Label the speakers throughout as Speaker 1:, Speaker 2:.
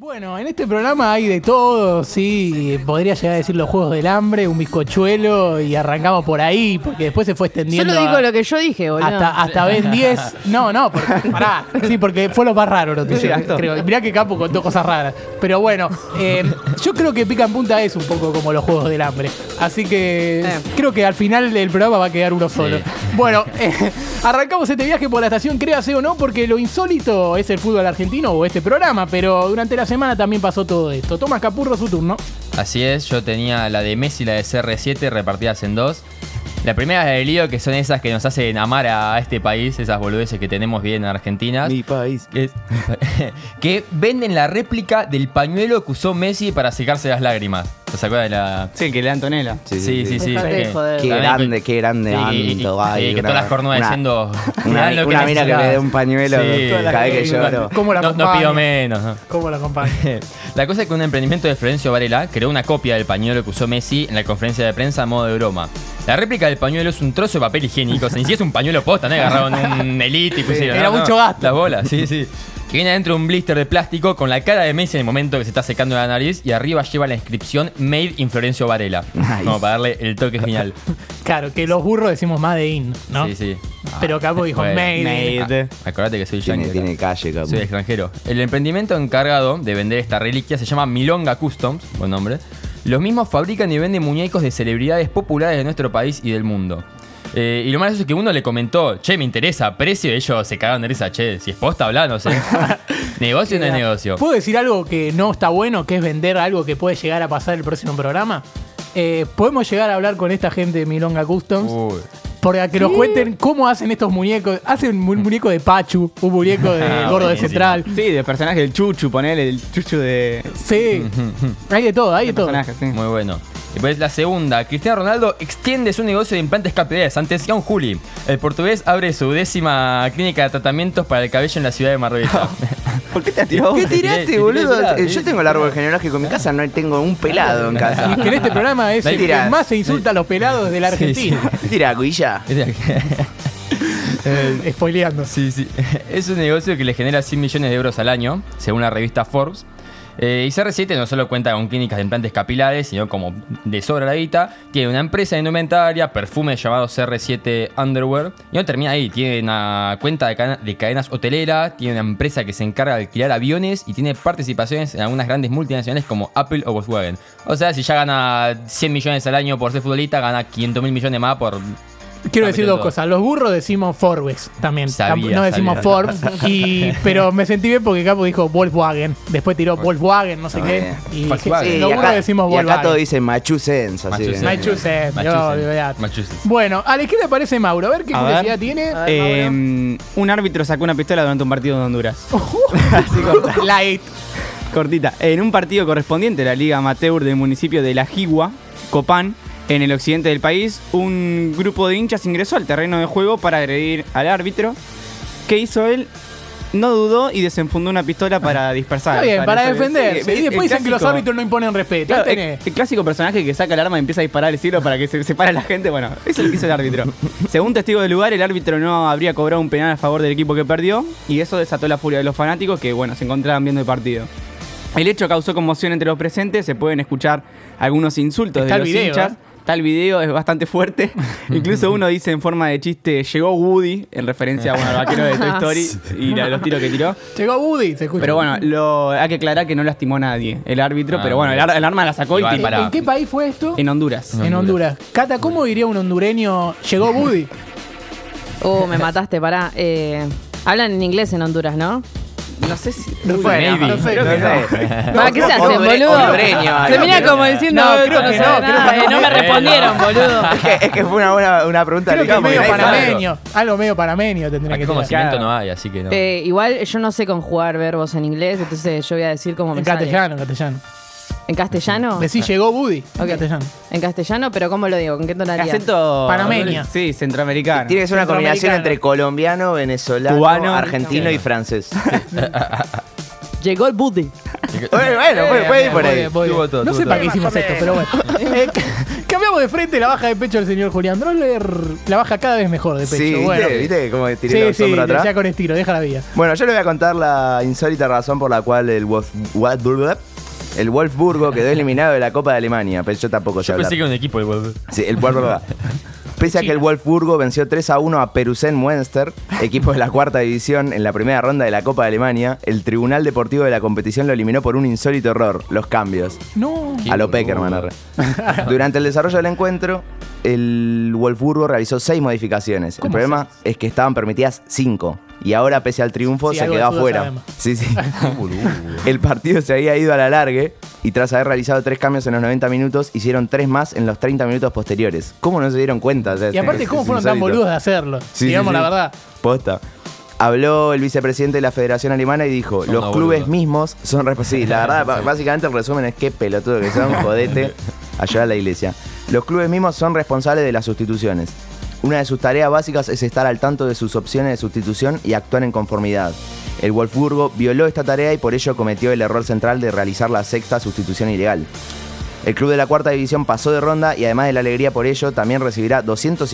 Speaker 1: Bueno, en este programa hay de todo, sí. Podría llegar a decir los juegos del hambre, un bizcochuelo y arrancamos por ahí, porque después se fue extendiendo.
Speaker 2: Solo digo
Speaker 1: a-
Speaker 2: lo que yo dije, boludo.
Speaker 1: hasta, hasta Ben 10. No, no, porque, pará. Sí, porque fue lo más raro lo tuyo,
Speaker 3: Exacto.
Speaker 1: creo. Mirá que Capo contó cosas raras. Pero bueno, eh, yo creo que Pica en Punta es un poco como los juegos del hambre. Así que
Speaker 2: Eh.
Speaker 1: creo que al final del programa va a quedar uno solo.
Speaker 4: Sí.
Speaker 1: Bueno, eh, arrancamos este viaje por la estación, créase o no, porque lo insólito es el fútbol argentino o este programa, pero durante la semana también pasó todo esto. Tomás Capurro su turno.
Speaker 4: Así es, yo tenía la de Messi y la de CR7 repartidas en dos. La primera es la de Lío, que son esas que nos hacen amar a este país, esas boludeces que tenemos bien en Argentina.
Speaker 3: Mi país.
Speaker 4: Que, que venden la réplica del pañuelo que usó Messi para secarse las lágrimas. ¿Se acuerdan de la.?
Speaker 5: Sí, que le da Antonella.
Speaker 4: Sí, sí, sí.
Speaker 2: Dejate de
Speaker 4: que-
Speaker 2: joder.
Speaker 4: también-
Speaker 3: Qué grande, qué grande
Speaker 4: Sí, y- y-
Speaker 3: ando, ay,
Speaker 4: sí, que
Speaker 3: una-
Speaker 4: todas las cornudas
Speaker 3: una-
Speaker 4: diciendo.
Speaker 3: Una,
Speaker 4: "Mirá lo
Speaker 3: una mina que me
Speaker 4: necesitabas".
Speaker 3: dé un pañuelo
Speaker 4: Sí.
Speaker 3: cada vez que
Speaker 1: Todas las-
Speaker 3: lloro.
Speaker 1: ¿Cómo la
Speaker 4: no, no
Speaker 1: acompaña?
Speaker 4: pido menos. ¿no?
Speaker 1: ¿Cómo la acompaña?
Speaker 4: La cosa es que un emprendimiento de Florencio Varela creó una copia del pañuelo que usó Messi en la conferencia de prensa a modo de broma. La réplica del pañuelo es un trozo de papel higiénico, o sea, ni siquiera es un pañuelo posta, ¿no? Agarraron un elite y pusieron.
Speaker 1: era
Speaker 4: no, no,
Speaker 1: mucho gasto.
Speaker 4: La bola, sí, sí. Que viene adentro un blister de plástico con la cara de Messi en el momento que se está secando la nariz y arriba lleva la inscripción Made in Florencio Varela.
Speaker 3: Nice.
Speaker 4: Como para darle el toque final.
Speaker 1: Claro, que los burros decimos más de in, ¿no?
Speaker 4: Sí, sí.
Speaker 1: Pero Capo dijo
Speaker 4: Bueno.
Speaker 1: made in.
Speaker 5: Made.
Speaker 4: Acordate que soy
Speaker 3: Tiene,
Speaker 4: yankee. acá.
Speaker 3: tiene calle, capo.
Speaker 4: Soy extranjero. El emprendimiento encargado de vender esta reliquia se llama Milonga Customs, buen nombre. Los mismos fabrican y venden muñecos de celebridades populares de nuestro país y del mundo. Eh, y lo más gracioso es que uno le comentó, che, me interesa, precio, y ellos se cagaron de risa, che, si es posta, habla, no sé. negocio o no es negocio.
Speaker 1: ¿Puedo decir algo que no está bueno, que es vender algo que puede llegar a pasar el próximo programa? Eh, ¿Podemos llegar a hablar con esta gente de Milonga Customs?
Speaker 4: Uy.
Speaker 1: Para que nos cuenten cómo hacen estos muñecos. Hacen un muñeco de Pachu, un muñeco de
Speaker 4: Ah,
Speaker 1: Gordo de
Speaker 4: buenísimo.
Speaker 1: Central.
Speaker 5: Sí, del personaje del Chuchu, ponele el Chuchu de.
Speaker 1: Sí. Hay de todo, hay de
Speaker 5: del
Speaker 1: todo.
Speaker 5: personaje, sí.
Speaker 4: Muy bueno. Después la segunda, Cristiano Ronaldo extiende su negocio de implantes capilares ante Sion Juli. El portugués abre su décima clínica de tratamientos para el cabello en la ciudad de Marbella.
Speaker 5: ¿Por qué te has tirado?
Speaker 3: ¿Qué
Speaker 4: Tiré- tiré
Speaker 3: tiraste, boludo?
Speaker 4: tirado,
Speaker 3: Eh,
Speaker 4: sí,
Speaker 3: Yo tengo el árbol genealógico en mi casa, no tengo un pelado en casa.
Speaker 1: Y que en este programa es
Speaker 4: Ahí
Speaker 1: el que
Speaker 3: tirás.
Speaker 1: más se insulta a los pelados de la
Speaker 4: Sí, sí.
Speaker 1: Argentina.
Speaker 3: ¿Qué tirás, Cuilla?
Speaker 1: Spoileando.
Speaker 4: Sí, sí. Es un negocio que le genera 100 millones de euros al año, según la revista Forbes. Eh, y CR7 no solo cuenta con clínicas de implantes capilares, sino como de sobra la guita, tiene una empresa de indumentaria, perfume llamado CR7 Underwear. Y no termina ahí, tiene una cuenta de, cana- de cadenas hoteleras, tiene una empresa que se encarga de alquilar aviones y tiene participaciones en algunas grandes multinacionales como Apple o Volkswagen. O sea, si ya gana 100 millones al año por ser futbolista, gana 500 mil millones más por
Speaker 1: Quiero
Speaker 4: Ah,
Speaker 1: decir
Speaker 4: mira
Speaker 1: dos
Speaker 4: todo.
Speaker 1: cosas. Los burros decimos Forbes también.
Speaker 4: Sabía,
Speaker 1: Tamp- no decimos
Speaker 4: sabía.
Speaker 1: Forbes. Y, pero me sentí bien porque Capo dijo Volkswagen. Después tiró Volkswagen, no sé
Speaker 3: Ah,
Speaker 1: qué.
Speaker 3: bien.
Speaker 1: Y
Speaker 4: Volkswagen.
Speaker 1: dije,
Speaker 3: Sí,
Speaker 1: los
Speaker 3: y
Speaker 1: burros
Speaker 3: acá,
Speaker 1: decimos
Speaker 3: y acá todo
Speaker 1: Volkswagen.
Speaker 3: dice Massachusetts, así que-
Speaker 4: Massachusetts.
Speaker 1: Massachusetts, yo, olvidate.
Speaker 4: Massachusetts.
Speaker 1: Bueno, a la izquierda aparece Mauro. A ver qué
Speaker 5: A ver.
Speaker 1: curiosidad tiene.
Speaker 5: Eh, un árbitro sacó una pistola durante un partido en Honduras.
Speaker 1: Oh. Así corta. Light.
Speaker 5: Cortita. En un partido correspondiente a la Liga Amateur del municipio de La Jigua, Copán, en el occidente del país, un grupo de hinchas ingresó al terreno de juego para agredir al árbitro. ¿Qué hizo él? No dudó y desenfundó una pistola para
Speaker 1: Ah.
Speaker 5: dispersar.
Speaker 1: Está bien, para
Speaker 5: Parece-
Speaker 1: defenderse.
Speaker 5: Sí,
Speaker 1: y después
Speaker 5: el
Speaker 1: dicen que los
Speaker 5: clásico-
Speaker 1: árbitros no imponen respeto.
Speaker 5: Claro, eh,
Speaker 1: Ahí
Speaker 5: el,
Speaker 1: tenés.
Speaker 5: el clásico personaje que saca el arma y empieza a disparar el cielo para que se separe la gente, bueno, eso lo que hizo el árbitro. Según testigo del lugar, el árbitro no habría cobrado un penal a favor del equipo que perdió y eso desató la furia de los fanáticos que, bueno, se encontraban viendo el partido. El hecho causó conmoción entre los presentes, se pueden escuchar algunos insultos
Speaker 1: Está
Speaker 5: de
Speaker 1: el
Speaker 5: los
Speaker 1: video,
Speaker 5: hinchas.
Speaker 1: ¿eh?
Speaker 5: Tal video es bastante fuerte. Incluso uno dice en forma de chiste, llegó Woody, en referencia bueno, al vaquero de Toy Story y la- los tiros que tiró.
Speaker 1: Llegó Woody, se escucha.
Speaker 5: Pero bueno, lo, hay que aclarar que no lastimó a nadie, el árbitro.
Speaker 4: Ah,
Speaker 5: pero bueno, el, ar- el arma la sacó y
Speaker 4: Igual,
Speaker 5: tiró.
Speaker 4: pará.
Speaker 1: ¿en qué país fue esto?
Speaker 5: En Honduras.
Speaker 4: No.
Speaker 1: En Honduras. Cata, ¿cómo diría un hondureño? Llegó Woody.
Speaker 2: Oh, me mataste, pará. Eh, hablan en inglés en Honduras, ¿no?
Speaker 5: No sé si.
Speaker 1: No sé,
Speaker 4: maybe.
Speaker 1: no sé.
Speaker 3: No sé.
Speaker 1: Eh,
Speaker 2: ¿Para qué se hacen,
Speaker 3: Hondure-
Speaker 2: boludo?
Speaker 3: hondureño,
Speaker 2: se
Speaker 3: algo,
Speaker 2: mira
Speaker 3: pero-
Speaker 2: como diciendo,
Speaker 1: No,
Speaker 2: "Eh,
Speaker 1: creo que
Speaker 2: sé
Speaker 1: no,
Speaker 2: nada,
Speaker 1: creo que
Speaker 2: eh, no me
Speaker 4: no.
Speaker 2: respondieron, boludo.
Speaker 3: Es que, es que fue una buena una pregunta.
Speaker 1: Creo que
Speaker 3: Ricardo,
Speaker 1: medio
Speaker 3: porque nadie sabe.
Speaker 1: panameño. Algo medio panameño tendría
Speaker 4: Aquí
Speaker 1: que
Speaker 4: como
Speaker 1: ser.
Speaker 4: cimiento
Speaker 5: Claro.
Speaker 4: no hay, así que no.
Speaker 2: Eh, igual yo no sé conjugar verbos en inglés, entonces yo voy a decir como me
Speaker 1: En
Speaker 2: sale.
Speaker 1: castellano, en castellano.
Speaker 2: ¿En castellano?
Speaker 1: Decí llegó Woody. En
Speaker 2: Ah, Ok.
Speaker 1: castellano.
Speaker 2: En castellano, pero ¿cómo lo digo? ¿Con qué tonalidad?
Speaker 5: Acento.
Speaker 1: Panameña.
Speaker 5: Sí, centroamericano.
Speaker 3: Tiene que ser una combinación
Speaker 1: Centroamericano.
Speaker 3: entre colombiano, venezolano,
Speaker 5: Cubano.
Speaker 3: argentino y francés.
Speaker 2: Llegó el booty.
Speaker 4: así que.
Speaker 3: Bueno, bueno,
Speaker 1: Eh,
Speaker 3: puede, puede ir
Speaker 1: bien,
Speaker 3: por
Speaker 1: muy
Speaker 3: ahí.
Speaker 1: bien, muy bien.
Speaker 4: Tuvo todo,
Speaker 1: no
Speaker 4: tuvo
Speaker 1: sé
Speaker 4: todo.
Speaker 1: para qué hicimos esto, pero bueno. Eh, ca- cambiamos de frente la baja de pecho del señor Julián Droller. La baja cada vez mejor de pecho.
Speaker 3: Sí,
Speaker 1: bueno.
Speaker 3: ¿viste? ¿Viste cómo tiré
Speaker 1: Sí,
Speaker 3: la
Speaker 1: sí,
Speaker 3: sombra atrás?
Speaker 1: ya con estilo, deja la vida.
Speaker 3: Bueno, yo le voy a contar la insólita razón por la cual el, Wolf- Wa- blu- blu- el Wolfsburgo quedó eliminado de la Copa de Alemania, pero yo tampoco sé
Speaker 4: Yo
Speaker 3: hablar.
Speaker 4: pensé que era un equipo el Wolf.
Speaker 3: Sí, el Wolfsburgo. Pese a que el Wolfsburgo venció 3 a 1 a Perusen Münster, equipo de la cuarta división, en la primera ronda de la Copa de Alemania, el Tribunal Deportivo de la competición lo eliminó por un insólito error, los cambios.
Speaker 1: No.
Speaker 4: Qué
Speaker 3: A lo
Speaker 4: boludo.
Speaker 3: Peckerman, arre. Durante el desarrollo del encuentro, el Wolfsburgo realizó seis modificaciones. El
Speaker 1: ¿Cómo
Speaker 3: problema es que estaban permitidas cinco. Y ahora, pese al triunfo,
Speaker 1: Sí,
Speaker 3: se
Speaker 1: algo de
Speaker 3: quedó
Speaker 1: fútbol
Speaker 3: afuera.
Speaker 1: sabemos.
Speaker 3: Sí, sí. el partido se había ido a la largue y tras haber realizado tres cambios en los 90 minutos, hicieron tres más en los 30 minutos posteriores. ¿Cómo no se dieron cuenta? O sea,
Speaker 1: Y aparte,
Speaker 3: es-
Speaker 1: ¿cómo
Speaker 3: es
Speaker 1: fueron tan
Speaker 3: insólito.
Speaker 1: boludos de hacerlo?
Speaker 3: Sí,
Speaker 1: Digamos
Speaker 3: sí,
Speaker 1: la
Speaker 3: sí.
Speaker 1: verdad.
Speaker 3: Posta. Habló el vicepresidente de la Federación Alemana y dijo,
Speaker 4: Son
Speaker 3: los
Speaker 4: una
Speaker 3: clubes
Speaker 4: boluda".
Speaker 3: mismos son responsables. Sí, la verdad, b- básicamente el resumen es qué pelotudo que son, jodete, allá a la iglesia. Los clubes mismos son responsables de las sustituciones. Una de sus tareas básicas es estar al tanto de sus opciones de sustitución y actuar en conformidad. El Wolfsburgo violó esta tarea y por ello cometió el error central de realizar la sexta sustitución ilegal. El club de la cuarta división pasó de ronda y además de la alegría por ello, también recibirá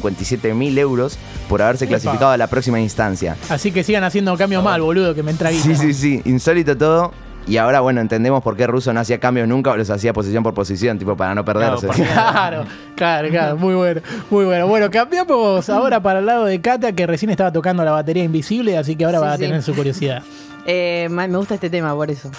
Speaker 3: 257.000 euros por haberse clasificado a la próxima instancia.
Speaker 1: Así que sigan haciendo cambios mal, boludo, que me entra guita.
Speaker 3: Ah, Sí, sí, sí, insólito todo. Y ahora, bueno, entendemos por qué Russo no hacía cambios nunca o los hacía posición por posición, tipo para no perderse.
Speaker 1: Claro, claro, claro, muy bueno, muy bueno. Bueno, cambiamos ahora para el lado de Cata, que recién estaba tocando la batería invisible, así que ahora
Speaker 2: Sí,
Speaker 1: va a
Speaker 2: sí.
Speaker 1: tener su curiosidad.
Speaker 2: Eh, ma- me gusta este tema, por eso.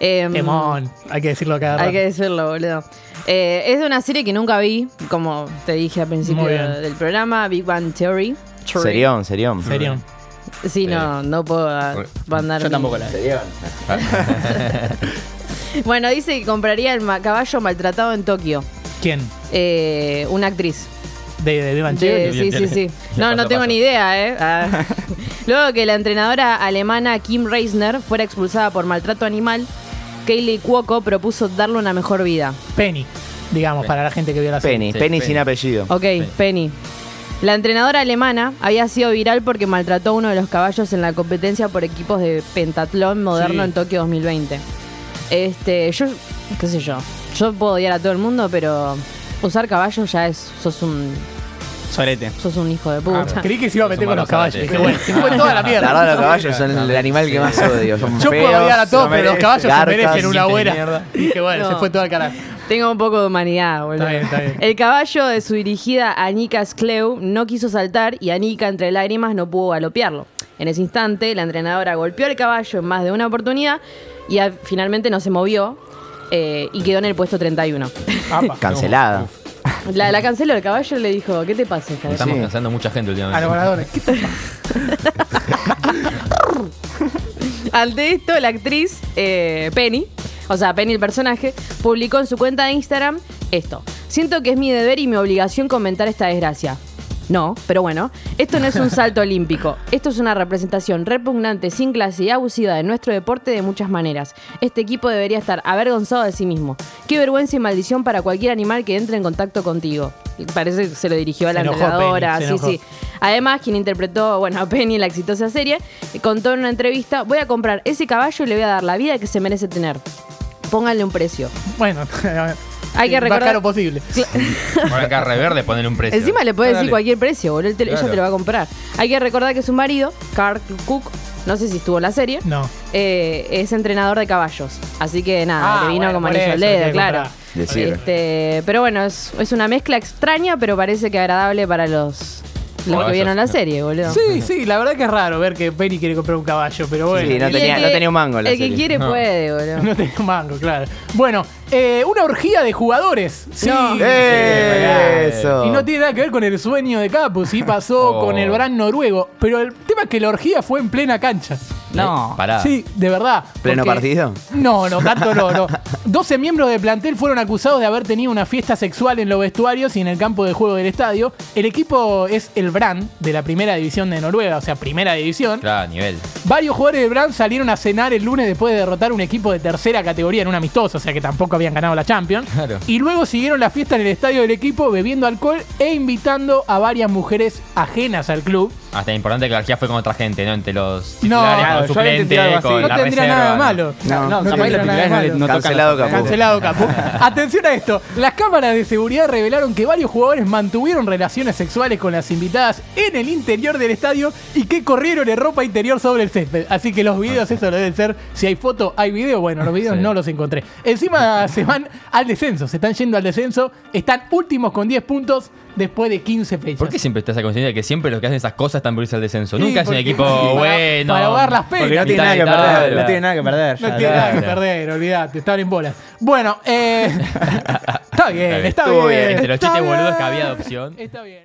Speaker 2: Eh,
Speaker 1: Temón, hay que decirlo cada rato.
Speaker 2: Hay que decirlo, boludo. Eh, es de una serie que nunca vi, como te dije al principio
Speaker 1: Muy bien.
Speaker 2: del programa, Big Bang Theory. Theory.
Speaker 3: serión, serión.
Speaker 1: Serión.
Speaker 2: Sí, no, no puedo ah, mandar.
Speaker 5: Eh, Yo
Speaker 2: mi-
Speaker 5: tampoco la
Speaker 2: Bueno, dice que compraría el ma- caballo maltratado en Tokio.
Speaker 1: ¿Quién?
Speaker 2: Eh, una actriz.
Speaker 1: ¿De, de Van
Speaker 2: De- sí, sí, sí. No, no
Speaker 4: Paso,
Speaker 2: tengo
Speaker 4: paso.
Speaker 2: ni idea, ¿eh? Ah. Luego que la entrenadora alemana Kim Reisner fuera expulsada por maltrato animal, Kaylee Cuoco propuso darle una mejor vida.
Speaker 1: Penny, digamos, para la gente que vio la serie.
Speaker 3: Penny,
Speaker 4: Sí,
Speaker 3: Penny
Speaker 4: Penny.
Speaker 3: sin apellido.
Speaker 2: Ok, Penny. La entrenadora alemana había sido viral porque maltrató a uno de los caballos en la competencia por equipos de pentatlón moderno
Speaker 1: Sí.
Speaker 2: en Tokio 2020. Este, yo, qué sé yo, yo puedo odiar a todo el mundo, pero usar caballos ya es, sos un,
Speaker 5: Sorete.
Speaker 2: sos un hijo de puta.
Speaker 1: Ah, Creí que se iba a meter
Speaker 4: Son
Speaker 1: con los
Speaker 4: malos
Speaker 1: caballos.
Speaker 4: antes.
Speaker 1: Dije, bueno, se fue toda la
Speaker 3: Ah. La
Speaker 1: mierda.
Speaker 3: verdad, los caballos son el animal que más odio. Son
Speaker 1: Yo puedo
Speaker 3: feos,
Speaker 1: odiar a todos,
Speaker 3: no
Speaker 1: pero los
Speaker 3: merecen,
Speaker 1: caballos se
Speaker 3: garcas,
Speaker 1: merecen una
Speaker 3: sí,
Speaker 1: buena.
Speaker 3: mierda.
Speaker 1: Dije, bueno,
Speaker 2: No.
Speaker 1: se fue todo al carajo.
Speaker 2: Tengo un poco de humanidad, boludo.
Speaker 1: Está bien, está bien.
Speaker 2: El caballo de su dirigida Anika Skleu no quiso saltar y Anika, entre lágrimas, no pudo galopearlo. En ese instante, la entrenadora golpeó al caballo en más de una oportunidad y al- finalmente no se movió eh, y quedó en el puesto 31.
Speaker 1: Apa.
Speaker 3: Cancelada.
Speaker 2: La, la canceló, el caballo le dijo, ¿qué te pasa, caballo?
Speaker 4: Estamos
Speaker 3: Sí.
Speaker 4: cansando mucha gente
Speaker 1: A los
Speaker 4: últimamente.
Speaker 1: ganadores.
Speaker 2: Ante esto, la actriz eh, Penny, o sea, Penny el personaje, publicó en su cuenta de Instagram esto. Siento que es mi deber y mi obligación comentar esta desgracia. No, pero bueno, esto no es un salto olímpico. Esto es una representación repugnante, sin clase y abusiva de nuestro deporte de muchas maneras. Este equipo debería estar avergonzado de sí mismo. Qué vergüenza y maldición para cualquier animal que entre en contacto contigo. Parece que se lo dirigió a la
Speaker 1: Se enojó
Speaker 2: entrenadora,
Speaker 1: Penny, se
Speaker 2: sí, sí.
Speaker 1: enojó.
Speaker 2: Además, quien interpretó, bueno, a Penny en la exitosa serie, contó en una entrevista, voy a comprar ese caballo y le voy a dar la vida que se merece tener. Pónganle un precio.
Speaker 1: Bueno,
Speaker 2: Hay que recordar-
Speaker 1: Más caro posible.
Speaker 4: Ahora acá reverde ponerle un precio.
Speaker 2: Encima le puede
Speaker 4: Ah,
Speaker 2: decir
Speaker 4: dale.
Speaker 2: cualquier precio, boludo. él te- Ella
Speaker 4: Claro.
Speaker 2: te lo va a comprar. Hay que recordar que su marido, Carl Cook, no sé si estuvo en la serie,
Speaker 1: No.
Speaker 2: eh, es entrenador de caballos. Así que nada,
Speaker 1: Ah,
Speaker 2: le vino
Speaker 1: bueno,
Speaker 2: como
Speaker 1: por
Speaker 2: anillo
Speaker 1: eso
Speaker 2: al
Speaker 1: le
Speaker 2: dedo,
Speaker 1: quiere
Speaker 2: claro.
Speaker 1: comprar.
Speaker 3: Le sirve.
Speaker 2: Este, pero bueno, es, es una mezcla extraña, pero parece que agradable para los, los que
Speaker 4: Caballos.
Speaker 2: vieron la serie, boludo.
Speaker 1: Sí, sí, la verdad que es raro ver que Penny quiere comprar un caballo, pero bueno.
Speaker 3: Sí, no
Speaker 2: Y el
Speaker 3: tenía-
Speaker 2: que-
Speaker 3: no tenía un mango la
Speaker 2: El que
Speaker 3: serie.
Speaker 2: quiere
Speaker 4: No.
Speaker 2: puede, boludo.
Speaker 1: No tengo mango, claro. Bueno, eh, una orgía de jugadores. Sí.
Speaker 2: No.
Speaker 3: ¡Eh! Eso.
Speaker 1: Y no tiene nada que ver con el sueño de Capu, sí pasó
Speaker 4: Oh.
Speaker 1: con el Bran noruego. Pero el tema es que la orgía fue en plena cancha.
Speaker 5: No.
Speaker 4: Eh, Pará.
Speaker 1: Sí, de verdad.
Speaker 3: ¿Pleno
Speaker 1: porque-
Speaker 3: partido?
Speaker 1: No, no, tanto no, no. 12 miembros de plantel fueron acusados de haber tenido una fiesta sexual en los vestuarios y en el campo de juego del estadio. El equipo es el Bran de la primera división de Noruega, o sea, primera división.
Speaker 4: Claro, nivel.
Speaker 1: Varios jugadores de Brands salieron a cenar el lunes después de derrotar un equipo de tercera categoría en un amistoso, o sea que tampoco habían ganado la Champions.
Speaker 4: Claro.
Speaker 1: Y luego siguieron la fiesta en el estadio del equipo bebiendo alcohol e invitando a varias mujeres ajenas al club.
Speaker 4: Hasta Ah, importante que la orgía fue con otra gente, ¿no? Entre los
Speaker 1: No,
Speaker 4: titulares,
Speaker 1: claro,
Speaker 4: con
Speaker 5: yo
Speaker 4: los
Speaker 5: había entendido algo
Speaker 4: suplentes,
Speaker 5: así.
Speaker 4: con
Speaker 1: No
Speaker 4: la
Speaker 1: tendría
Speaker 4: reserva,
Speaker 1: nada
Speaker 4: ¿no?
Speaker 1: malo.
Speaker 3: No,
Speaker 5: No, capaz que
Speaker 1: tendría
Speaker 5: los
Speaker 1: nada de
Speaker 5: titulares no, le-
Speaker 1: malo.
Speaker 5: no tocan
Speaker 3: Cancelado,
Speaker 5: los-
Speaker 3: Capu.
Speaker 1: Cancelado Capu. Atención a esto. Las cámaras de seguridad revelaron que varios jugadores mantuvieron relaciones sexuales con las invitadas en el interior del estadio y que corrieron en ropa interior sobre el césped. Así que los videos, eso lo deben ser. Si hay foto, hay video. Bueno, los videos
Speaker 4: Sí.
Speaker 1: no los encontré. Encima se van al descenso. Se están yendo al descenso. Están últimos con 10 puntos después de 15 fechas.
Speaker 4: ¿Por qué siempre está esa conciencia de que siempre los que hacen esas cosas están por irse al descenso?
Speaker 1: Sí,
Speaker 4: Nunca es un
Speaker 1: porque-
Speaker 4: equipo
Speaker 1: para-
Speaker 4: bueno.
Speaker 1: Para ahogar las penas.
Speaker 5: Porque no tiene
Speaker 4: Mitad
Speaker 5: nada
Speaker 4: y
Speaker 5: que
Speaker 4: mitad,
Speaker 5: perder.
Speaker 4: claro.
Speaker 5: No tiene nada que perder.
Speaker 1: No
Speaker 5: ya,
Speaker 1: tiene
Speaker 5: ya.
Speaker 1: nada que
Speaker 4: claro.
Speaker 1: perder, olvidate, estaban en bolas. Bueno, eh, está bien, está
Speaker 4: Estuvo
Speaker 1: bien.
Speaker 4: bien, entre los
Speaker 1: está
Speaker 4: chistes boludos que
Speaker 1: bien,
Speaker 4: había de opción.
Speaker 1: Está bien.